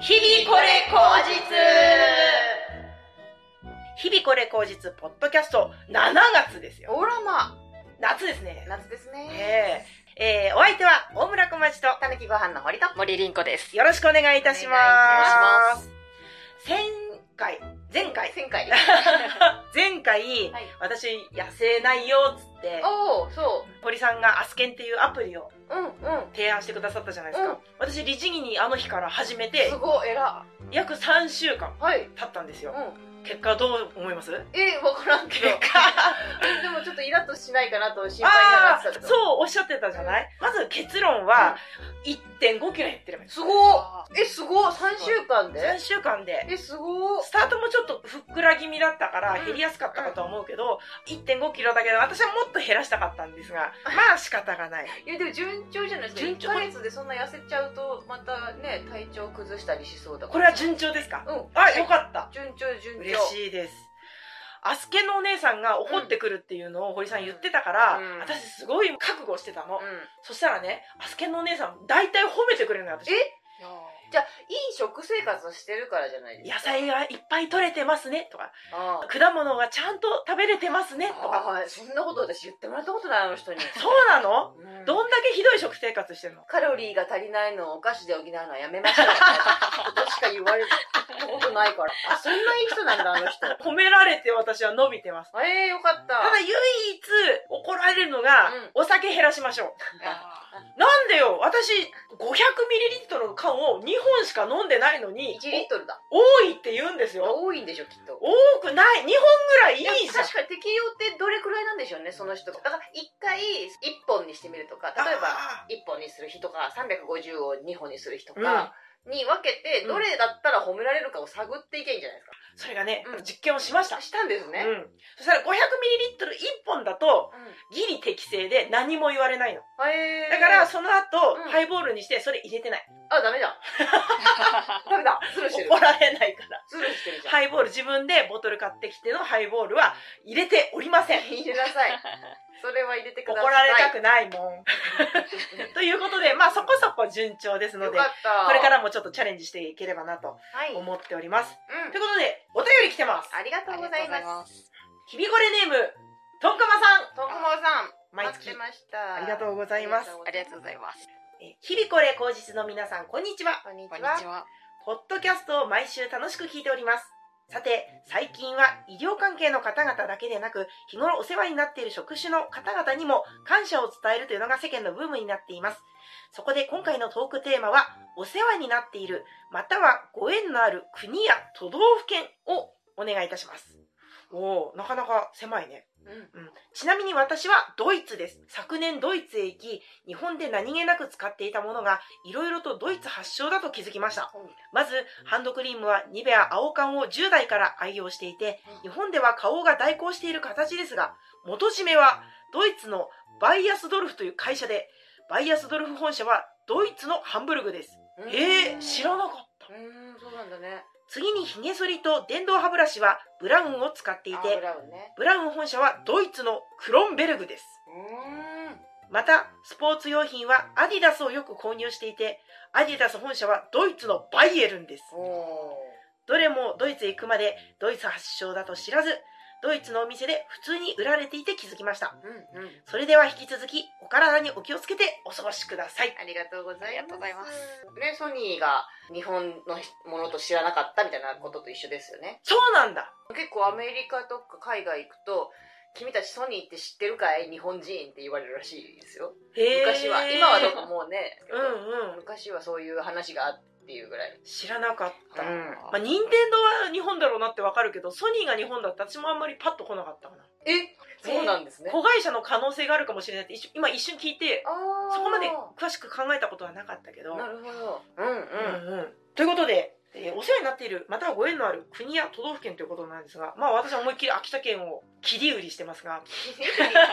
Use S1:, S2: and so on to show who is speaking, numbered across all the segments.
S1: 日々これ口実日々これ口実、ポッドキャスト7月ですよ。
S2: オーラマ
S1: 夏ですね。
S2: 夏ですね
S1: えええーお相手は大村小町と、
S2: たぬきご飯の堀と
S3: 森凛子です。
S1: よろしくお願いいたし
S2: お願い
S1: ま。
S2: します
S1: 前回、前回、
S2: 前回
S1: 前回、
S2: はい
S1: 私、痩せないよ、つって、
S2: おおそ
S1: 堀さんがアスケンっていうアプリを
S2: ううんうん
S1: 提案してくださったじゃないです
S2: うん
S1: か。私、律儀にあの日から始めて
S2: す、ごい偉
S1: 約3週間
S2: いはい
S1: 経ったんです
S2: う
S1: よ。
S2: ん
S1: 結果どう思います
S2: えわからんけどでもちょっとイラッとしないかなと心配にな
S1: あ
S2: ってたけ
S1: あ
S2: ど
S1: そうおっしゃってたじゃない、まず結論は1 5キロ減ってる
S2: すごっえすごっ3週間で
S1: 3週間で
S2: えすごっ
S1: スタートもちょっとふっくら気味だったから
S2: うん
S1: 減りやすかったかとは思うけど、1 5キロだけど私はもっと減らしたかったんですがまあ仕方がない
S2: いやでも順調じゃないですか
S1: 順調
S2: 1ヶ月でそんな痩せちゃうとまたね体調崩したりしそうだ
S1: こ
S2: か
S1: れ
S2: ら
S1: は順調ですか
S2: うん
S1: あよかった
S2: 順調順調
S1: 嬉しいですアスケのお姉さんが怒ってくるっていうのを堀さん言ってたから、
S2: うん
S1: 私すごい覚悟してたの、
S2: うん
S1: そしたらねアスケのお姉さん大体褒めてくれるのよ私
S2: えじゃあいい食生活をしてるからじゃないです
S1: 野
S2: か
S1: 菜がいっぱい取れてますねとか
S2: ああ
S1: 果物がちゃんと食べれてますねとか
S2: ああそんなこと私言ってもらったことないあの人に、
S1: そうなの
S2: うん
S1: どんだけひどい食生活してるの
S2: カロリーが足りないのをお菓子で補うのはやめましょうってことしか言われたことないからあそんないい人なんだあの人
S1: 褒められて私は伸びてます
S2: ええよかった
S1: ただ唯一怒られるのが、
S2: うん
S1: お酒減らしましょうなんでよ私5 0 0トルの缶を2本しか飲んでないのに
S2: 1リットルだ
S1: お多いって言うんですよ
S2: 多いんでしょきっと
S1: 多くない2本ぐらいいい
S2: い
S1: じゃん
S2: 確かに適量ってどれくらいなんでしょうねその人がだから1回1本にしてみるとか例えば
S1: あ
S2: 1本にする日とか350を2本にする日とかに分けてどれだったら褒められるかを探っていけんじゃないですか
S1: ーそれがね、
S2: うん
S1: 実験をしました、
S2: したんです
S1: う
S2: ね、
S1: ん、そしたら5 0 0トル1本だと
S2: う
S1: ギリ適正で何も言われないの
S2: んへー
S1: だからその後、
S2: うん
S1: ハイボールにしてそれ入れてない
S2: あダメ じゃんダメだスルーしてる
S1: 怒られないから
S2: スルーしてるじゃん、
S1: ハイボール自分でボトル買ってきてのハイボールは入れておりません
S2: 入れなさい それは入れてく
S1: 怒
S2: ださい
S1: られたくないもんということでまあそこそこ順調ですの
S2: よ
S1: で
S2: かった
S1: これかららもちょっとチャレンジしていければなと
S2: はい、うん、
S1: 思っておりますということでお便り来てます
S2: ありがとうございます
S3: す。
S1: ひびこれネームとんかまさん
S2: とんこまさん
S1: 毎
S2: 待
S1: 月
S2: ってました
S1: ありがとうございます
S3: ありがとうございます。
S1: え日々これ口実の皆さんこんにちは
S2: こんにち
S3: こんに
S2: は
S3: ちは。
S1: ポッドキャストを毎週楽しく聞いております。さて、最近は医療関係の方々だけでなく、日頃お世話になっている職種の方々にも感謝を伝えるというのが世間のブームになっています。そこで今回のトークテーマは、お世話になっている、またはご縁のある国や都道府県をお願いいたします。おお、なかなか狭いね。
S2: うん
S1: ちなみに私はドイツです。昨年ドイツへ行き、日本で何気なく使っていたものが、いろいろとドイツ発祥だと気づきました。まず、ハンドクリームはニベア青缶を10代から愛用していて、日本では花王が代行している形ですが、元締めはドイツのバイアスドルフという会社で、バイアスドルフ本社はドイツのハンブルグです。
S2: うん
S1: えー、知らなかった。
S2: うーんそうなんだね
S1: 次にヒゲ剃りと電動歯ブラシはブラウンを使ってい
S2: あブ
S1: て、
S2: ラウンね
S1: ブラウン本社はドイツのクロンベルグです。
S2: うーん
S1: また、スポーツ用品はアディダスをよく購入していて、アディダス本社はドイツのバイエルンです。
S2: お
S1: どれもドイツへ行くまでドイツ発祥だと知らず、ドイツのお店で普通に売られていて気づきました。
S2: ーうんうん
S1: それでは引き続きお体にお気をつけてお過ごしください。
S2: ありがとうございます。
S3: ありがとうございます
S2: ね、ソニーが日本のものと知らなかったみたいなことと一緒ですよね。
S1: そうなんだ。
S2: 結構アメリカとか海外行くと「君たちソニーって知ってるかい日本人」って言われるらしいですよ
S1: へー
S2: 昔は、今はどうかもうね、
S1: うんうん。
S2: 昔はそういう話があっていうぐらい、
S1: 知らなかった。
S2: うん
S1: まあ、任天堂は日本だろうなってわかるけど、ソニーが日本だった私もあんまりパッと来なかったかな。
S2: えそうなんですね、
S1: 子会社の可能性があるかもしれないって一瞬今一瞬聞いて、
S2: あー
S1: そこまで詳しく考えたことはなかったけど。
S2: なるほどうんうん、
S1: うんうんということで、えーお世話になっているまたはご縁のある国や都道府県ということなんですがまあ私は思いっきり秋田県を切り売りしてますが
S2: っ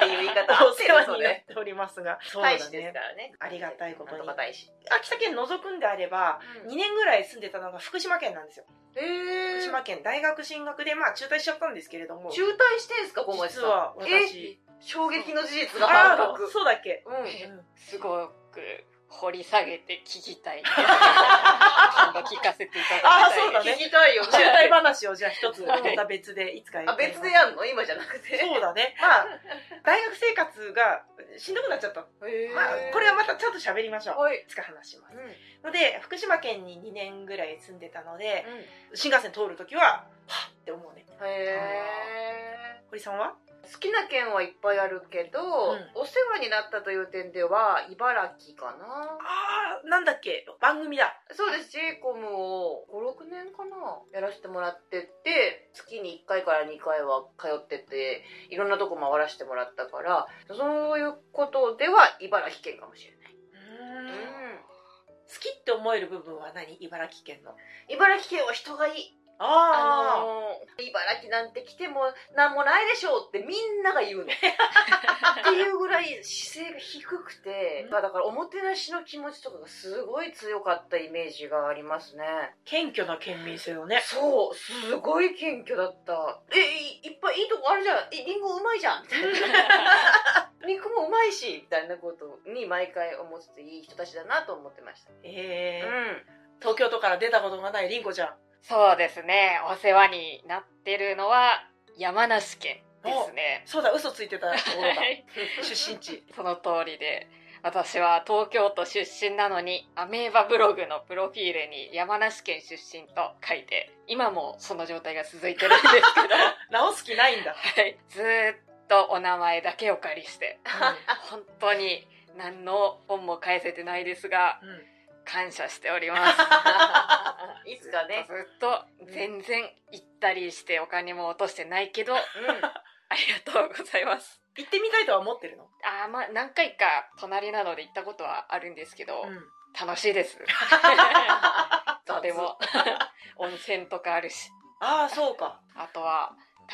S2: ていう言い 方合
S1: お
S2: って
S1: 世
S2: る
S1: 話
S2: そ
S1: になっ
S2: れ
S1: ておりますがそうだ
S2: 大使です
S1: ね
S2: からね
S1: ありがたいことに
S2: なんとか大使、
S1: 秋田県除くんであれば2年ぐらい住んでたのが福島県なんですよ
S2: え
S1: 福島県大学進学でまあ中退しちゃったんですけれども
S2: 中退してんすか小松さん
S1: 実は私
S2: え衝撃の事実が
S1: あ
S2: 発
S1: あ
S2: 覚
S1: そうだっけ
S2: うん
S3: えすごく掘り下げて聞きたいです。今度聞かせていただき
S1: あ
S3: たい
S1: そうだね
S2: 聞きたいよね
S1: 重。大話をじゃあ一つ
S2: はい
S1: また別でいつかやり
S2: あ、
S1: たいな
S2: 別でやんの今じゃなくて。
S1: そうだねまあ大学生活がしんどくなっちゃった、
S2: へー
S1: まあ、これはまたちゃんと喋りましょう
S2: はい。
S1: いつか話します
S2: う
S1: の
S2: ん。
S1: で福島県に2年ぐらい住んでたので
S2: うん
S1: 新幹線通るときははっって思うね
S2: へ
S1: 堀さんは
S2: ー好きな県はいっぱいあるけど、
S1: ん
S2: お世話になったという点では茨城かな
S1: あーなんだっけ番組だ
S2: そうです j イコムを56年かなやらせてもらってて月に1回から2回は通ってていろんなとこ回らせてもらったからそういうことでは茨城県かもしれないう
S1: ーん好きって思える部分は何茨城県の
S2: 茨城県は人がいいあ
S1: あ
S2: のー茨城なんて来てもなんもないでしょうってみんなが言うのっていうぐらい姿勢が低くて
S1: うん
S2: まあだからおもてなしの気持ちとかがすごい強かったイメージがありますね
S1: 謙虚な県民性を ね
S2: そうすごい謙虚だったえいいっぱいいいとこあるじゃんえりんごうまいじゃんみ たいな肉もうまいしみたいなことに毎回思ってていい人たちだなと思ってました、
S1: えー
S2: うん
S1: 東京都から出たことがないりんこちゃん
S3: そうですね。お世話になってるのは山梨県ですね。
S1: そうだ嘘ついてたところだ
S3: はい
S1: 出身地
S3: その通りで。私は東京都出身なのに、アメーバブログのプロフィールに山梨県出身と書いて、今もその状態が続いてるんですけ ど、
S1: 直す気ないん だ、
S3: はい、ずーっとお名前だけお借りして、本当に何の本も返せてないですが、
S1: うん
S3: 感謝しております。
S2: いつかね
S3: ず、っとずっと全然行ったりしてお金も落としてないけど、ありがとうございます。
S1: 行ってみたいとは思ってるの、
S3: あーまあ、何回か隣などで行ったことはあるんですけど、楽しいです。 とても温泉とかあるし、
S1: ああそうか
S3: あとは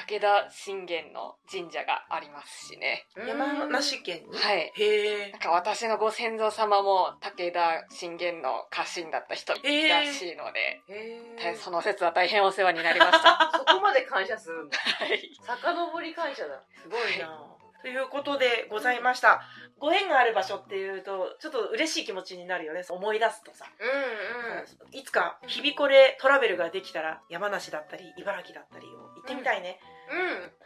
S3: 武田信玄の神社がありますしね。
S2: うん
S1: 山梨県に、
S3: はい。
S1: へえ
S3: なんか私のご先祖様も武田信玄の家臣だった人らしいので、
S2: へ
S3: 大
S2: ー
S3: その説は大変お世話になりました。
S2: そこまで感謝するんだ。
S3: はい。
S2: 遡り感謝だ。
S1: すごいな、ということでございましたご縁がある場所っていうとちょっと嬉しい気持ちになるよね思い出すとさ、
S2: うんうん。
S1: いつか日々これトラベルができたら山梨だったり茨城だったりを行ってみたいね、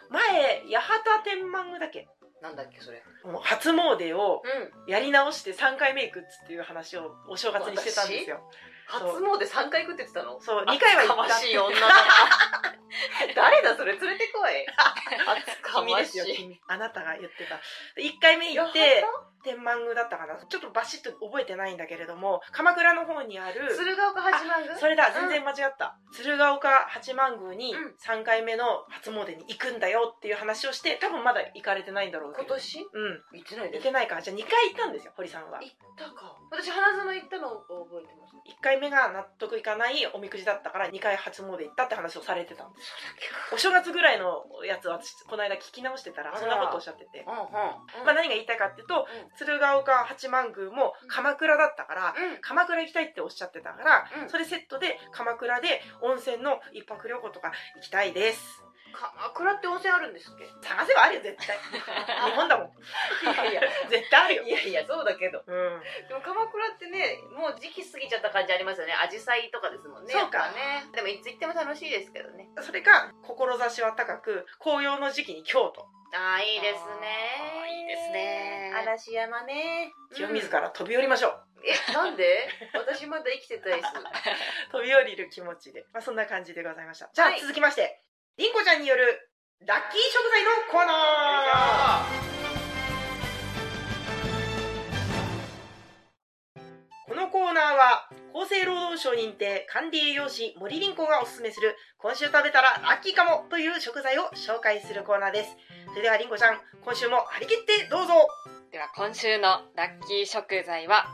S2: うん。
S1: 前八幡天満宮だっけ
S2: なんだっけそれ。
S1: もう初詣を
S2: うん。
S1: やり直して3回目行くっつっていう話をお正月にしてたんですよ
S2: 初
S1: そう
S2: 詣三回食ってってたの。
S1: そう2回は行
S2: か
S1: っ
S2: ま
S1: た
S2: しい女だ。 誰だそれ連れてこい。厚か
S1: 君
S2: ま
S1: で
S2: し
S1: す
S2: い
S1: よ。君あなたが言ってた1回目行って天満宮だったかなちょっとバシッと覚えてないんだけれども鎌倉の方にある
S2: 鶴岡八幡宮。
S1: それだ
S2: う
S1: 全
S2: ん
S1: 然間違った、鶴岡八幡宮に
S2: うん
S1: 3回目の初詣に行くんだよっていう話をして多分まだ行かれてないんだろうけ
S2: 今
S1: ど
S2: 年
S1: うん
S2: 行ってない
S1: 行
S2: で
S1: っ
S2: す。行
S1: てないからじゃあ2回行ったんですよ堀さんは
S2: ったか。私花園行ったのを覚えてます。
S1: 1回目が納得いかないおみくじだったから2回初詣行ったって話をされてたんですお正月ぐらいのやつを私この間聞き直してたらそんなことをおっしゃってて、
S2: うんうん。
S1: まあ、何が言いたいかっていうと鶴岡八幡宮も鎌倉だったから、
S2: うん。
S1: 鎌倉行きたいっておっしゃってたから、
S2: うん
S1: それセットで鎌倉で温泉の一泊旅行とか行きたいです
S2: 鎌倉って温泉あるんですっけ？
S1: 探せばあるよ絶 対日本だもん
S2: いやいや
S1: 絶対あるよ
S2: いやいやそうだけど。
S1: うん
S2: でも鎌倉ってねもう時期過ぎちゃった感じありますよねアジサイとかですもんね
S1: そうか
S2: やっぱねでもいつ行っても楽しいですけどね
S1: それが志は高く紅葉の時期に京都
S2: ああいいです
S3: あー
S2: ね
S3: いいですね
S2: 嵐山ね
S1: 清水か
S2: ら、
S1: ら飛び降りましょう、
S2: うんえなんで私まだ生きてたいっす
S1: 飛び降りる気持ちで、まあ、そんな感じでございましたじゃあ、
S2: はい
S1: 続きましてりんこちゃんによるラッキー食材のコーナーこのコーナーは厚生労働省認定管理栄養士森凛子がおすすめする今週食べたらラッキーかもという食材を紹介するコーナーですそれではりんこちゃん今週も張り切ってどうぞ
S3: では今週のラッキー食材は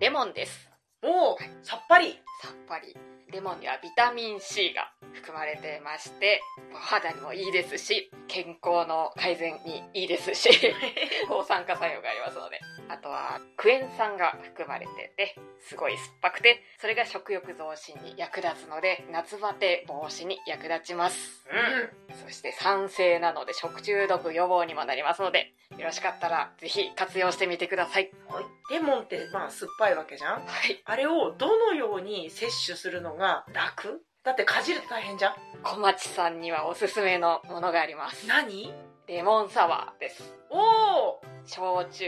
S3: レモンです。
S1: もうさっぱり
S3: さっぱり。レモンにはビタミン C が含まれてまして、お肌にもいいですし、健康の改善にいいですし、抗酸化作用がありますので。あとは、クエン酸が含まれてて、すごい酸っぱくて、それが食欲増進に役立つので、夏バテ防止に役立ちます。
S2: うん
S3: そして酸性なので食中毒予防にもなりますので、よろしかったらぜひ活用してみてください。
S1: レモンってまあ酸っぱいわけじゃん
S3: はい。
S1: あれをどのように摂取するのが楽だってかじると大変じゃん
S3: 小町さんにはおすすめのものがあります。
S1: 何
S3: レモンサワーです。
S1: おお
S3: 焼酎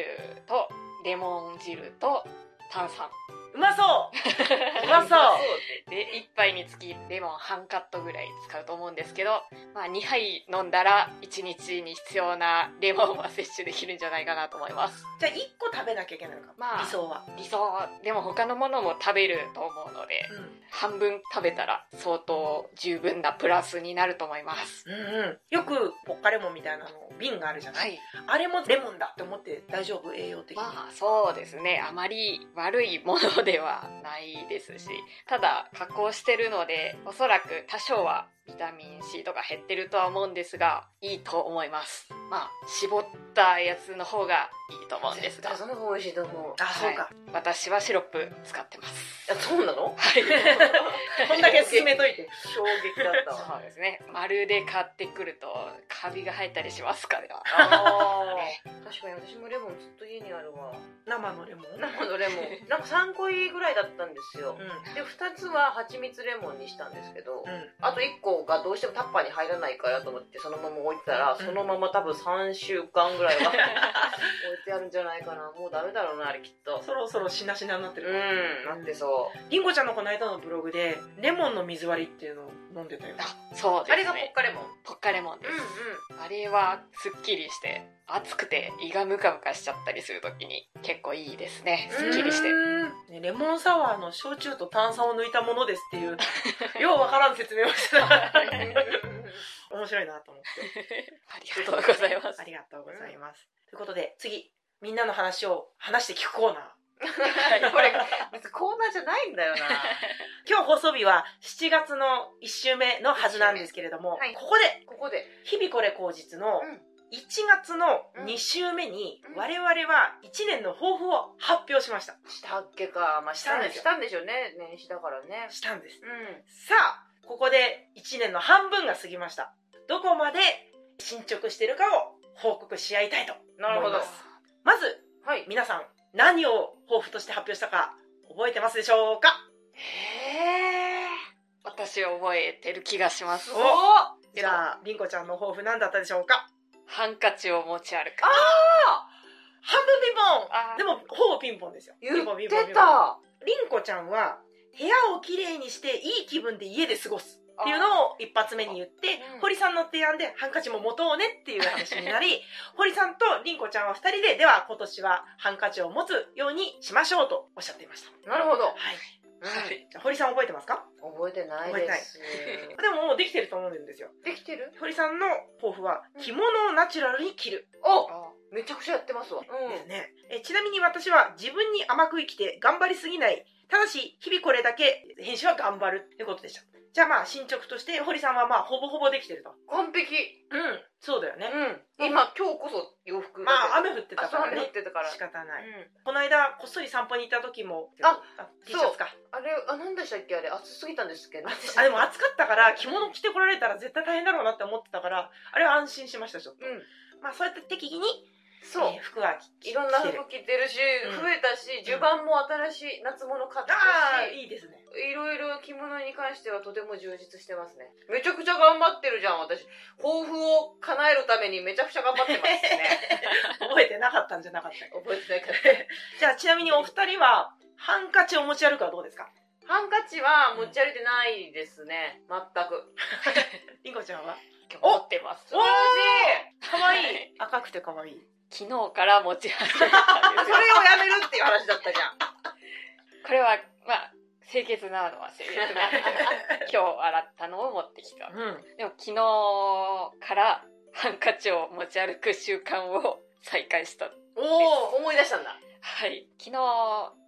S3: とレモン汁と炭酸。
S1: うまそう うまそう
S3: で、1杯につきレモン半カットぐらい使うと思うんですけど、まあ2杯飲んだら1日に必要なレモンは摂取できるんじゃないかなと思います。
S1: じゃあ1個食べなきゃいけないのか、
S3: まあ
S1: 理想は、
S3: 理想、でも他のものも食べると思うので、半分食べたら相当十分なプラスになると思います。
S1: うん、うんうんよくポッカレモンみたいなの瓶があるじゃない、
S3: はい。
S1: あれもレモンだって思って大丈夫栄養的に、
S3: まあそうですね。あまり悪いものではないですし、ただ加工してるので、おそらく多少はビタミン C とか減ってるとは思うんですが、いいと思います。まあ、絞ったやつの方がいいと思うんですが
S2: 絶対、その方が美味しいと思う
S1: あそうか、
S3: 私はシロップ使ってます。
S2: あそうなの
S3: はい。
S1: こんだけ進めといて
S2: 衝撃だったわ
S3: そうですね。丸で買ってくると、カビが生えたりしますから、
S2: あ
S3: ね
S2: ー確かに私もレモンずっと家にあるわ
S1: 生のレモン
S2: 生のレモンなんか3個入りぐらいだったんですよ
S1: うん
S2: で2つは蜂蜜レモンにしたんですけど、
S1: うん
S2: あと1個がどうしてもタッパーに入らないからと思ってそのまま置いてたら、
S1: うん
S2: そのまま多分3週間ぐらい は置いてあるんじゃないかなもうダメだろうなあれきっと
S1: そろそろしなしなになって
S2: う
S1: る、
S2: んなってそう
S1: りんごちゃんのこの間のブログでレモンの水割りっていうのを飲んでたよ
S3: あそうで
S2: あ
S3: すね。
S2: れがポッカレモン
S3: ポッカレモンです。 あれはすっきりして暑くて胃がムカムカしちゃったりするときに結構いいですね すっきりして
S1: うんねレモンサワーの焼酎と炭酸を抜いたものですって いうようわからん説明をしてた
S2: うん
S1: 面白いなと思って
S3: ありがとうございます
S1: ありがとうございます、ということで次みんなの話を話して聞くコーナー
S2: これ別にコーナーじゃないんだよ な
S1: 今日放送日は7月の1週目のはずなんですけれども、
S2: はい
S1: ここで
S2: ここで
S1: 日々これ口実の
S2: うん
S1: 1月の2週目に
S2: うん
S1: 我々は1年の抱負を発表しました。
S2: したっけかまあしたんでしたんでしょうね年始だからね
S1: したんです。
S2: うん
S1: さあ、ここで1年の半分が過ぎました。どこまで進捗してるかを報告し合いたいと。
S2: なるほど
S1: 思いまず、
S2: はい
S1: 皆さん何を抱負として発表したか覚えてますでしょうか
S2: へえ
S3: 私覚えてる気がします
S2: お
S1: じゃあ、りんこちゃんの抱負何だったでしょうか
S3: ハンカチを持ち歩く
S1: 半分ピンポ
S3: あ
S1: ン
S3: ー
S1: でも、ほぼピンポンですよ。
S2: 言
S1: ピン
S2: っ
S1: ポンピ
S2: て
S1: ンポン
S2: た
S1: リンコちゃんは部屋をきれいにしていい気分で家で過ごすっていうのを一発目に言って
S2: うん
S1: 堀さんの提案でハンカチも持とうねっていう話になり 堀さんとリンコちゃんは2人ででは今年はハンカチを持つようにしましょうとおっしゃっていました、
S2: なるほど、
S1: はい、
S3: は
S1: じゃあ堀さん覚えてますか
S2: うん覚えてないです
S1: でももうできてると思うんですよ
S2: できてる
S1: 堀さんの抱負は
S2: うん
S1: 着物をナチュラルに着る
S2: お
S3: あ
S2: めちゃくちゃやってますわう
S1: ですね、えちなみに私は自分に甘く生きて頑張りすぎないただし日々これだけ編集は頑張るってことでしたじゃあまあ進捗として堀さんはまあほぼほぼできてると
S2: 完璧
S1: うんそうだよね、
S2: うん今今日こそ洋服
S1: まあ
S2: あ
S1: 雨降ってたから
S2: 雨降っ
S1: ね
S2: てたから
S1: 仕方ない、この間こっそり散歩に行った時も
S2: あ
S1: T シャツか
S2: あれあ何でしたっけあれ暑すぎたんですけど
S1: あでも暑かったから着物着てこられたら絶対大変だろうなって思ってたからあれは安心しましたちょっと、
S2: うん
S1: まあそうやって適宜に、
S2: そう
S1: えー服は着
S2: いろんな
S1: 着て
S2: 服
S1: る
S2: 着てるし
S1: うん
S2: 増えたし襦袢も新しい夏物買った
S1: ああ
S2: し
S1: いいですね
S2: いろいろ着物に関してはとても充実してますねめちゃくちゃ頑張ってるじゃん私抱負を叶えるためにめちゃくちゃ頑張ってます ね
S1: 覚えてなかったんじゃなかったっけ
S2: 覚えてないから
S1: じゃあちなみにお二人はハンカチを持ち歩くはどうですか
S2: ハンカチは持ち歩いてないですね。全く。
S1: りんこちゃんは
S3: 今日持ってます
S2: 素晴らしい
S1: かわいい
S3: はい
S1: 赤くてかわいい
S3: 昨日から持ち歩いてたんで
S2: そ
S3: す
S2: れ
S3: よ
S2: をやめるっていう話だったじゃん。
S3: これはまあ清潔なのは清潔なんですけど今日洗ったのを持ってきた
S1: う
S3: でも昨日からハンカチを持ち歩く習慣を再開した。
S1: ん
S2: お
S1: おお
S2: お、思い出したんだ。
S3: はい。昨日、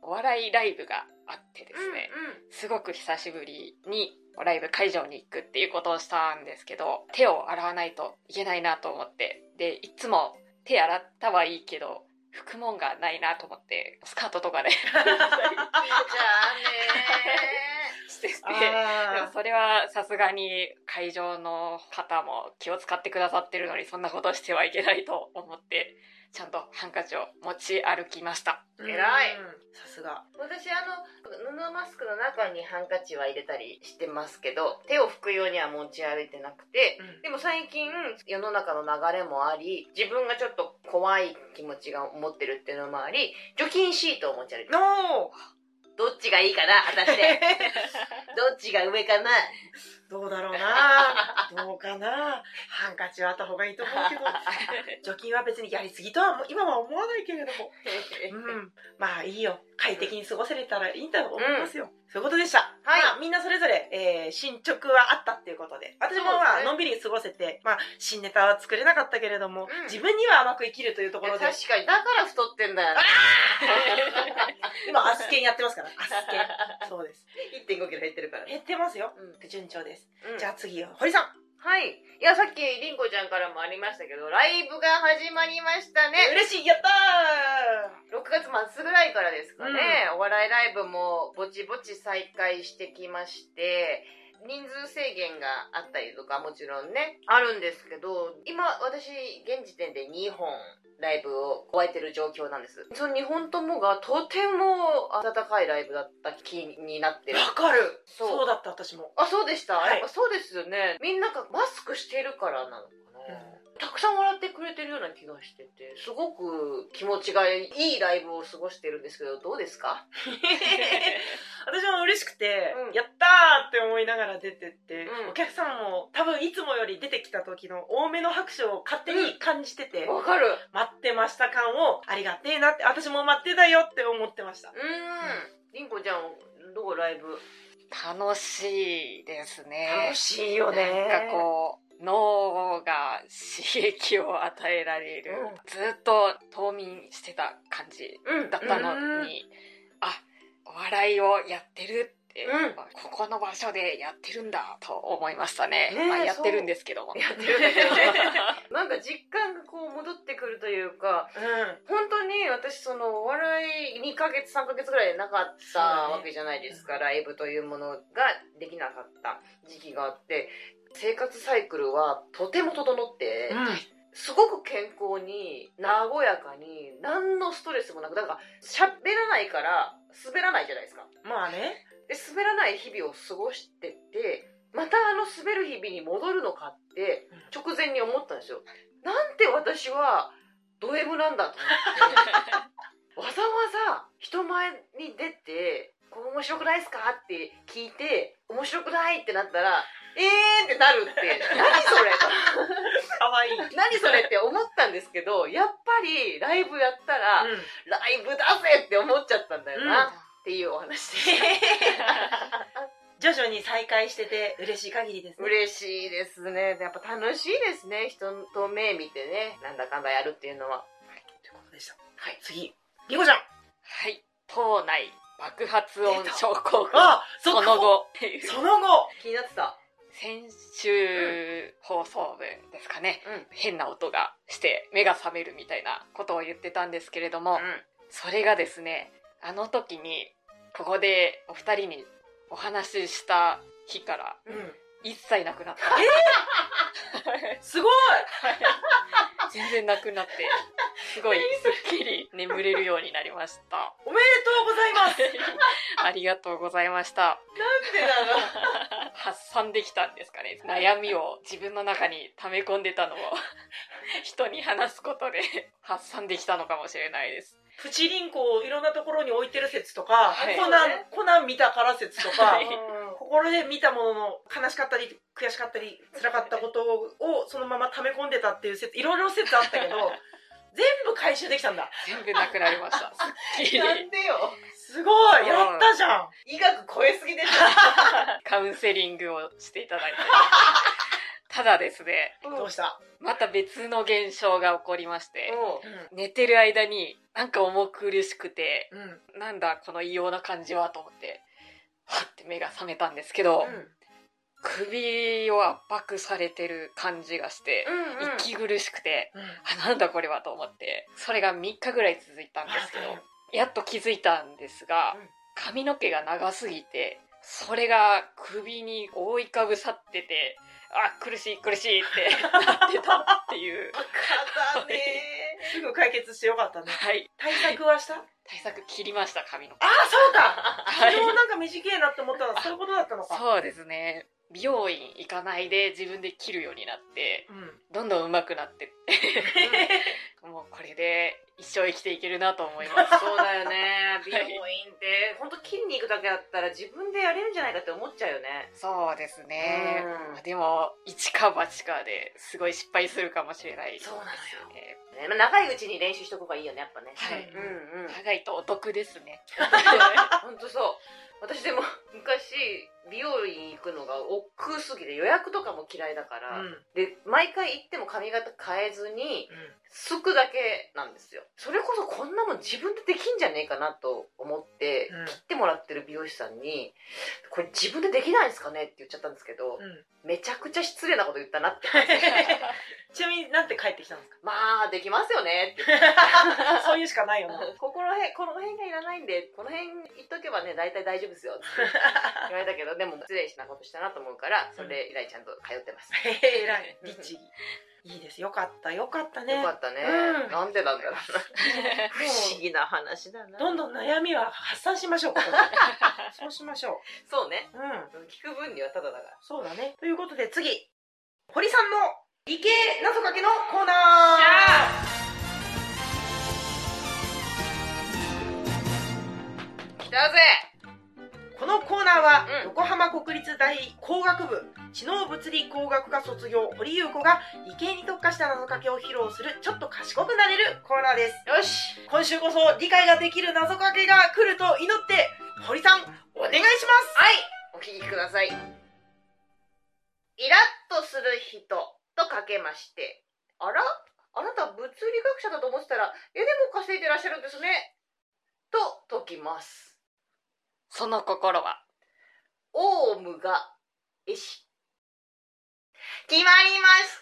S3: お笑いライブがあってで
S2: です
S3: ね、すごく久しぶりにライブ会場に行くっていうことをしたんですけど、手を洗わないといけないなと思って、で、いつも手洗ったはいいけど、拭くもんがないなと思って、スカートとかで
S2: じゃ
S3: してて、 でも
S1: あ
S3: それはさすがに会場の方も気を使ってくださってるのにそんなことしてはいけないと思ってちゃんとハンカチを持ち歩きま した。
S2: 偉い
S1: うんさすが
S2: 私あの布マスクの中にハンカチは入れたりしてますけど手を拭くようには持ち歩いてなくてでも最近世の中の流れもあり自分がちょっと怖い気持ちが持ってるっていうのもあり除菌シートを持ち歩いてる
S1: の
S2: どっちがいいかな果た してどっちが上かな
S1: どうだろうなどうかなハンカチはあった方がいいと思うけど 除菌は別にやりすぎとはもう今は思わないけれどもうんまあいいよ快適に過ごせれたらいいんだと思いますよ、そういうことでした
S2: はい
S1: まあみんなそれぞれ、えー進捗はあったっていうことで私もま
S2: そうです
S1: あ
S2: ね
S1: のんびり過ごせて、まあ新ネタは作れなかったけれども、
S2: うん
S1: 自分には甘く生きるというところ
S2: 確
S1: で
S2: かにだから太ってんだよ
S1: 今アスケンやって ますからアスケンそうです
S2: 1 5キロ減ってるからね、
S1: 減ってますよ
S2: うん
S1: 順調です、
S2: うん
S1: じゃあ次堀さん
S2: はいいやさっきりんこちゃんからもありましたけどライブが始まりましたね
S1: 嬉しいやったー
S2: 6月末ぐらいからですかね、お笑いライブもぼちぼち再開してきまして人数制限があったりとかもちろんねあるんですけど今私現時点で2本ライブを終えてる状況なんですその2本ともがとても温かいライブだった気になってる
S1: わかる
S2: そう
S1: そうだった私も
S2: あそうでした、
S1: はい
S2: やっぱそうですよねみんながマスクしてるからなのかな、たくさん笑ってくれてるような気がしててすごく気持ちがいいライブを過ごしてるんですけどどうですか
S1: 私も嬉しくて、
S2: うん
S1: やったーって思いながら出てって、
S2: うん
S1: お客さんも多分いつもより出てきた時の多めの拍手を勝手に感じてて、
S2: わかる
S1: 待ってました感をありがてえなって私も待ってたよって思ってました
S2: うーんりんこちゃんどうライブ
S3: 楽しいですね。
S2: 楽しいよね
S3: なんかこう、脳が刺激を与えられる、
S2: うん
S3: ずっと冬眠してた感じ
S2: うん
S3: だったのに、あ、お笑いをやってるって、
S2: うん
S3: ここの場所でやってるんだと思いましたね。
S2: ねえ
S3: まあ、やってるんですけども。
S2: やってるんだけど なんか実感がこう戻ってくるというか
S1: う
S2: 本当に私そのお笑い2ヶ月3ヶ月ぐらいなかっ
S1: そう
S2: た
S1: だね
S2: わけじゃないですか、ライブというものができなかった時期があって生活サイクルはとても整って、
S1: ん、
S2: すごく健康に和やかに何のストレスもなくだから喋らないから滑らないじゃないですか
S1: まあね
S2: で滑らない日々を過ごしててまたあの滑る日々に戻るのかって直前に思ったんですよなんて私はド M なんだと思って わざわざ人前に出て「これ面白くないですか?」って聞いて「面白くない」ってなったら「えー!」ってなるって何それ
S1: かわいい、うん、
S2: 何それって思ったんですけどやっぱりライブやったら、ライブだぜって思っちゃったんだよな、
S1: うん
S2: っていうお話で
S1: 徐々に再開してて嬉しい限りですね
S2: 嬉しいですねやっぱ楽しいですね人と目見てねなんだかんだやるっていうのは
S1: ということでした
S2: はい
S1: 次りこちゃん
S3: はい。島内爆発音症候群。
S1: あそ
S3: そ
S1: の
S3: の
S1: 後
S3: 後。
S1: その後
S2: 気になってた
S3: 先週放送分ですかね、
S2: うん
S3: 変な音がして目が覚めるみたいなことを言ってたんですけれども、それがですねあの時にここでお二人にお話しした日から
S2: うん、うん
S3: 一切なくなった
S1: すごい
S3: 全然なくなってすごいすっきり眠れるようになりま した
S1: おめでとうございます
S3: ありがとうございました
S1: な
S3: 発散できたんですかね悩みを自分の中に溜め込んでた のを人に話すことで発散できたのかもしれないです
S1: プチリンコをいろんなところに置いてる説とか、
S3: はい
S1: コナン、コナン見たから説とか、
S3: はい
S1: 心で見たものの悲しかったり、悔しかったり、辛かったことをそのまま溜め込んでたっていう説、いろいろ説あったけど、全部回収できたんだ。
S3: 全部なくなりま したすっきり
S2: なんでよ
S1: すごいやったじゃん
S2: 医学超えすぎでし
S3: カウンセリングをしていただ いてただですね
S2: ょ
S1: どうした、
S3: また別の現象が起こりまして
S2: も
S3: 寝てる間になんか重苦しくて
S1: うん、うん。
S3: なんだこの異様な感じはと思ってはって目が覚めたんですけど、
S2: うん
S3: 首を圧迫されてる感じがして、
S2: うんうん
S3: 息苦しくて
S1: うん。
S3: あなんだこれはと思ってそれが3日ぐらい続いたんですけどやっと気づいたんですが、
S2: うん
S3: 髪の毛が長すぎて、それが首に覆いかぶさってて、あ、苦しい苦しいってなってたっていう。
S2: バカだね
S1: すぐ解決してよかったね。
S3: はい。
S1: 対策はしたあ
S3: 対策切りました、髪の毛。
S1: あ、そうか昨
S3: はい
S1: 日。なんか短いなって思ったのはそういうことだったのか。
S3: そうですね。美容院行かないで自分で切るようになって、
S1: うん。
S3: どんどん上手くなってって、 もうこれで一生生きていけるなと思います。
S2: そうだよね美容院って本当筋肉だけだったら自分でやれるんじゃないかって思っちゃうよね
S3: そうですね。
S2: うん
S3: まあでも、一か八かですごい失敗するかもしれないです
S2: そうなのよ
S3: ね。
S2: ねまあ長いうちに練習しとく方がいいよねやっぱね
S3: はい
S2: うんうん
S3: 長いとお得ですね。
S2: 本当そう私でも昔美容院行くのが億劫すぎて予約とかも嫌いだか
S1: う
S2: ら、
S1: ん。
S2: で毎回行っても髪型変えずにすくだけなんですよそれこそこんなもん自分でできんじゃねえかなと思って
S1: うん
S2: 切ってもらってる美容師さんに「これ自分でできないんですかね?」って言っちゃったんですけど
S1: うん。うん。
S2: めちゃくちゃ失礼なこと言ったなって 感じ
S1: ちなみになんて帰ってきたんです
S2: まあできますよねって
S1: か そういうしかないよな。
S2: ここの辺この辺がいらないんでこの辺言っとけばね大体大丈夫ですよって言われたけどでも失礼なことしたなと思うからそれ以来ちゃんと通っ てます、
S1: えらい。律儀。いいです。よかった。よかったね。
S2: よかったね、
S1: うん
S2: なんでなんだろう不
S1: も
S2: 思議な話だな
S1: う、どんどん悩みは発散しましょう。ここ でそうしましょ
S2: そうね
S1: う。うん。
S2: 聞く分にはただだから
S1: そうだね。ということで次、堀さんの理系謎かけのコーナ
S2: 来たぜ
S1: ーこのコーナーは、
S2: うん
S1: 横浜国立大工学部知能物理工学科卒業堀優子が理系に特化した謎かけを披露するちょっと賢くなれるコーナーです。
S2: よし
S1: 今週こそ理解ができる謎かけが来ると祈って、堀さん、お願いします
S2: はいお聞きくださいイラッとする人とかけましてあらあなた物理学者だと思ってたら絵でも稼いでらっしゃるんですねと解きます
S3: その心は
S2: オウムが絵師決まりまし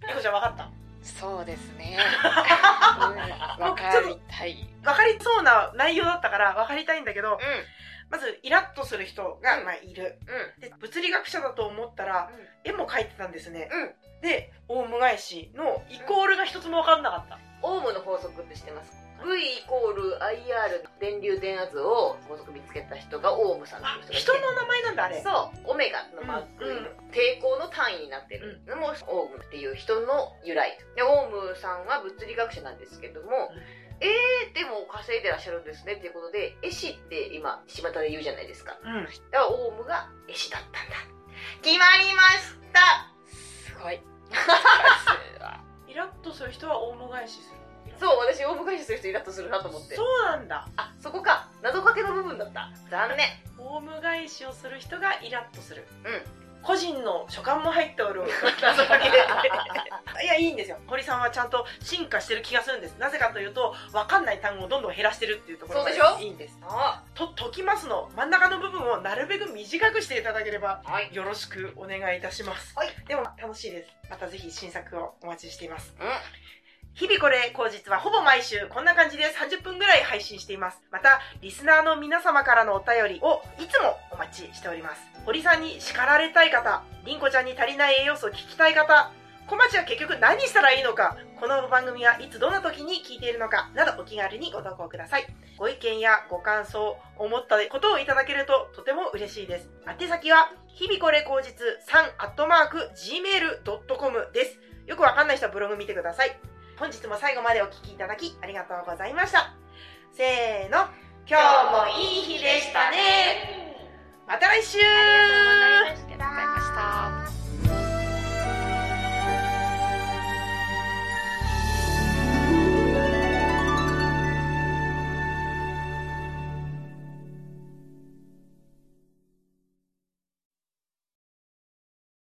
S2: た
S1: ゆうこちゃん分かった
S3: そうですね。うんわ、かりたい。
S1: 分かりそうな内容だったから分かりたいんだけど、
S2: う
S1: まずイラッとする人が、
S2: うん
S1: まあ、いる。
S2: ん
S1: で、物理学者だと思ったら、
S2: うん
S1: 絵も描いてたんですね。
S2: うん
S1: で、オウム返しのイコールが一つも分かんなかった。
S2: オウムの法則って知ってます V イコール IR の電流電圧を法則見つけた人がオウムさんって
S1: あ
S2: いう、人がいて
S1: 人の名前なんだ、あれ。
S2: そうオメガのマーク、
S1: うんうん
S2: 抵抗の単位になってるのもオウムっていう人の由来でオウムさんは物理学者なんですけども、
S1: うん
S2: えー、でも稼いでらっしゃるんですねっていうことで絵師って今巷で言うじゃないですか
S1: うん。
S2: だからオウムが絵師だったんだ決まりました
S3: す ごい。
S1: イラッとする人はオウム返しする。
S2: そう私オウム返しする人イラッとするなと思って
S1: そうなんだ。
S2: あそこか謎かけの部分だった残念
S1: オウム返しをする人がイラッとする。
S2: うん
S1: 個人の所感も入っておる 謎かけで。いや、いいんですよ。堀さんはちゃんと進化してる気がするんです。なぜかというと、わかんない単語をどんどん減らしてるっていうところが
S2: そうでしょ
S1: いいんです。
S2: あ
S1: と、解きますの真ん中の部分をなるべく短くしていただければ、
S2: はい
S1: よろしくお願いいたします。
S2: はい
S1: でも、楽しいです。またぜひ新作をお待ちしています。
S2: うん
S1: 日々これ口実はほぼ毎週こんな感じで30分ぐらい配信しています。また、リスナーの皆様からのお便りをいつもお待ちしております。堀さんに叱られたい方、りんこちゃんに足りない栄養素を聞きたい方、小町は結局何したらいいのか、この番組はいつどんな時に聞いているのか、などお気軽にご投稿ください。ご意見やご感想、思ったことをいただけるととても嬉しいです。宛先は、日々これ口実3アットマーク gmail.com です。よくわかんない人はブログ見てください。本日も最後までお聞きいただきありがとうございました。せーの、今日もいい日で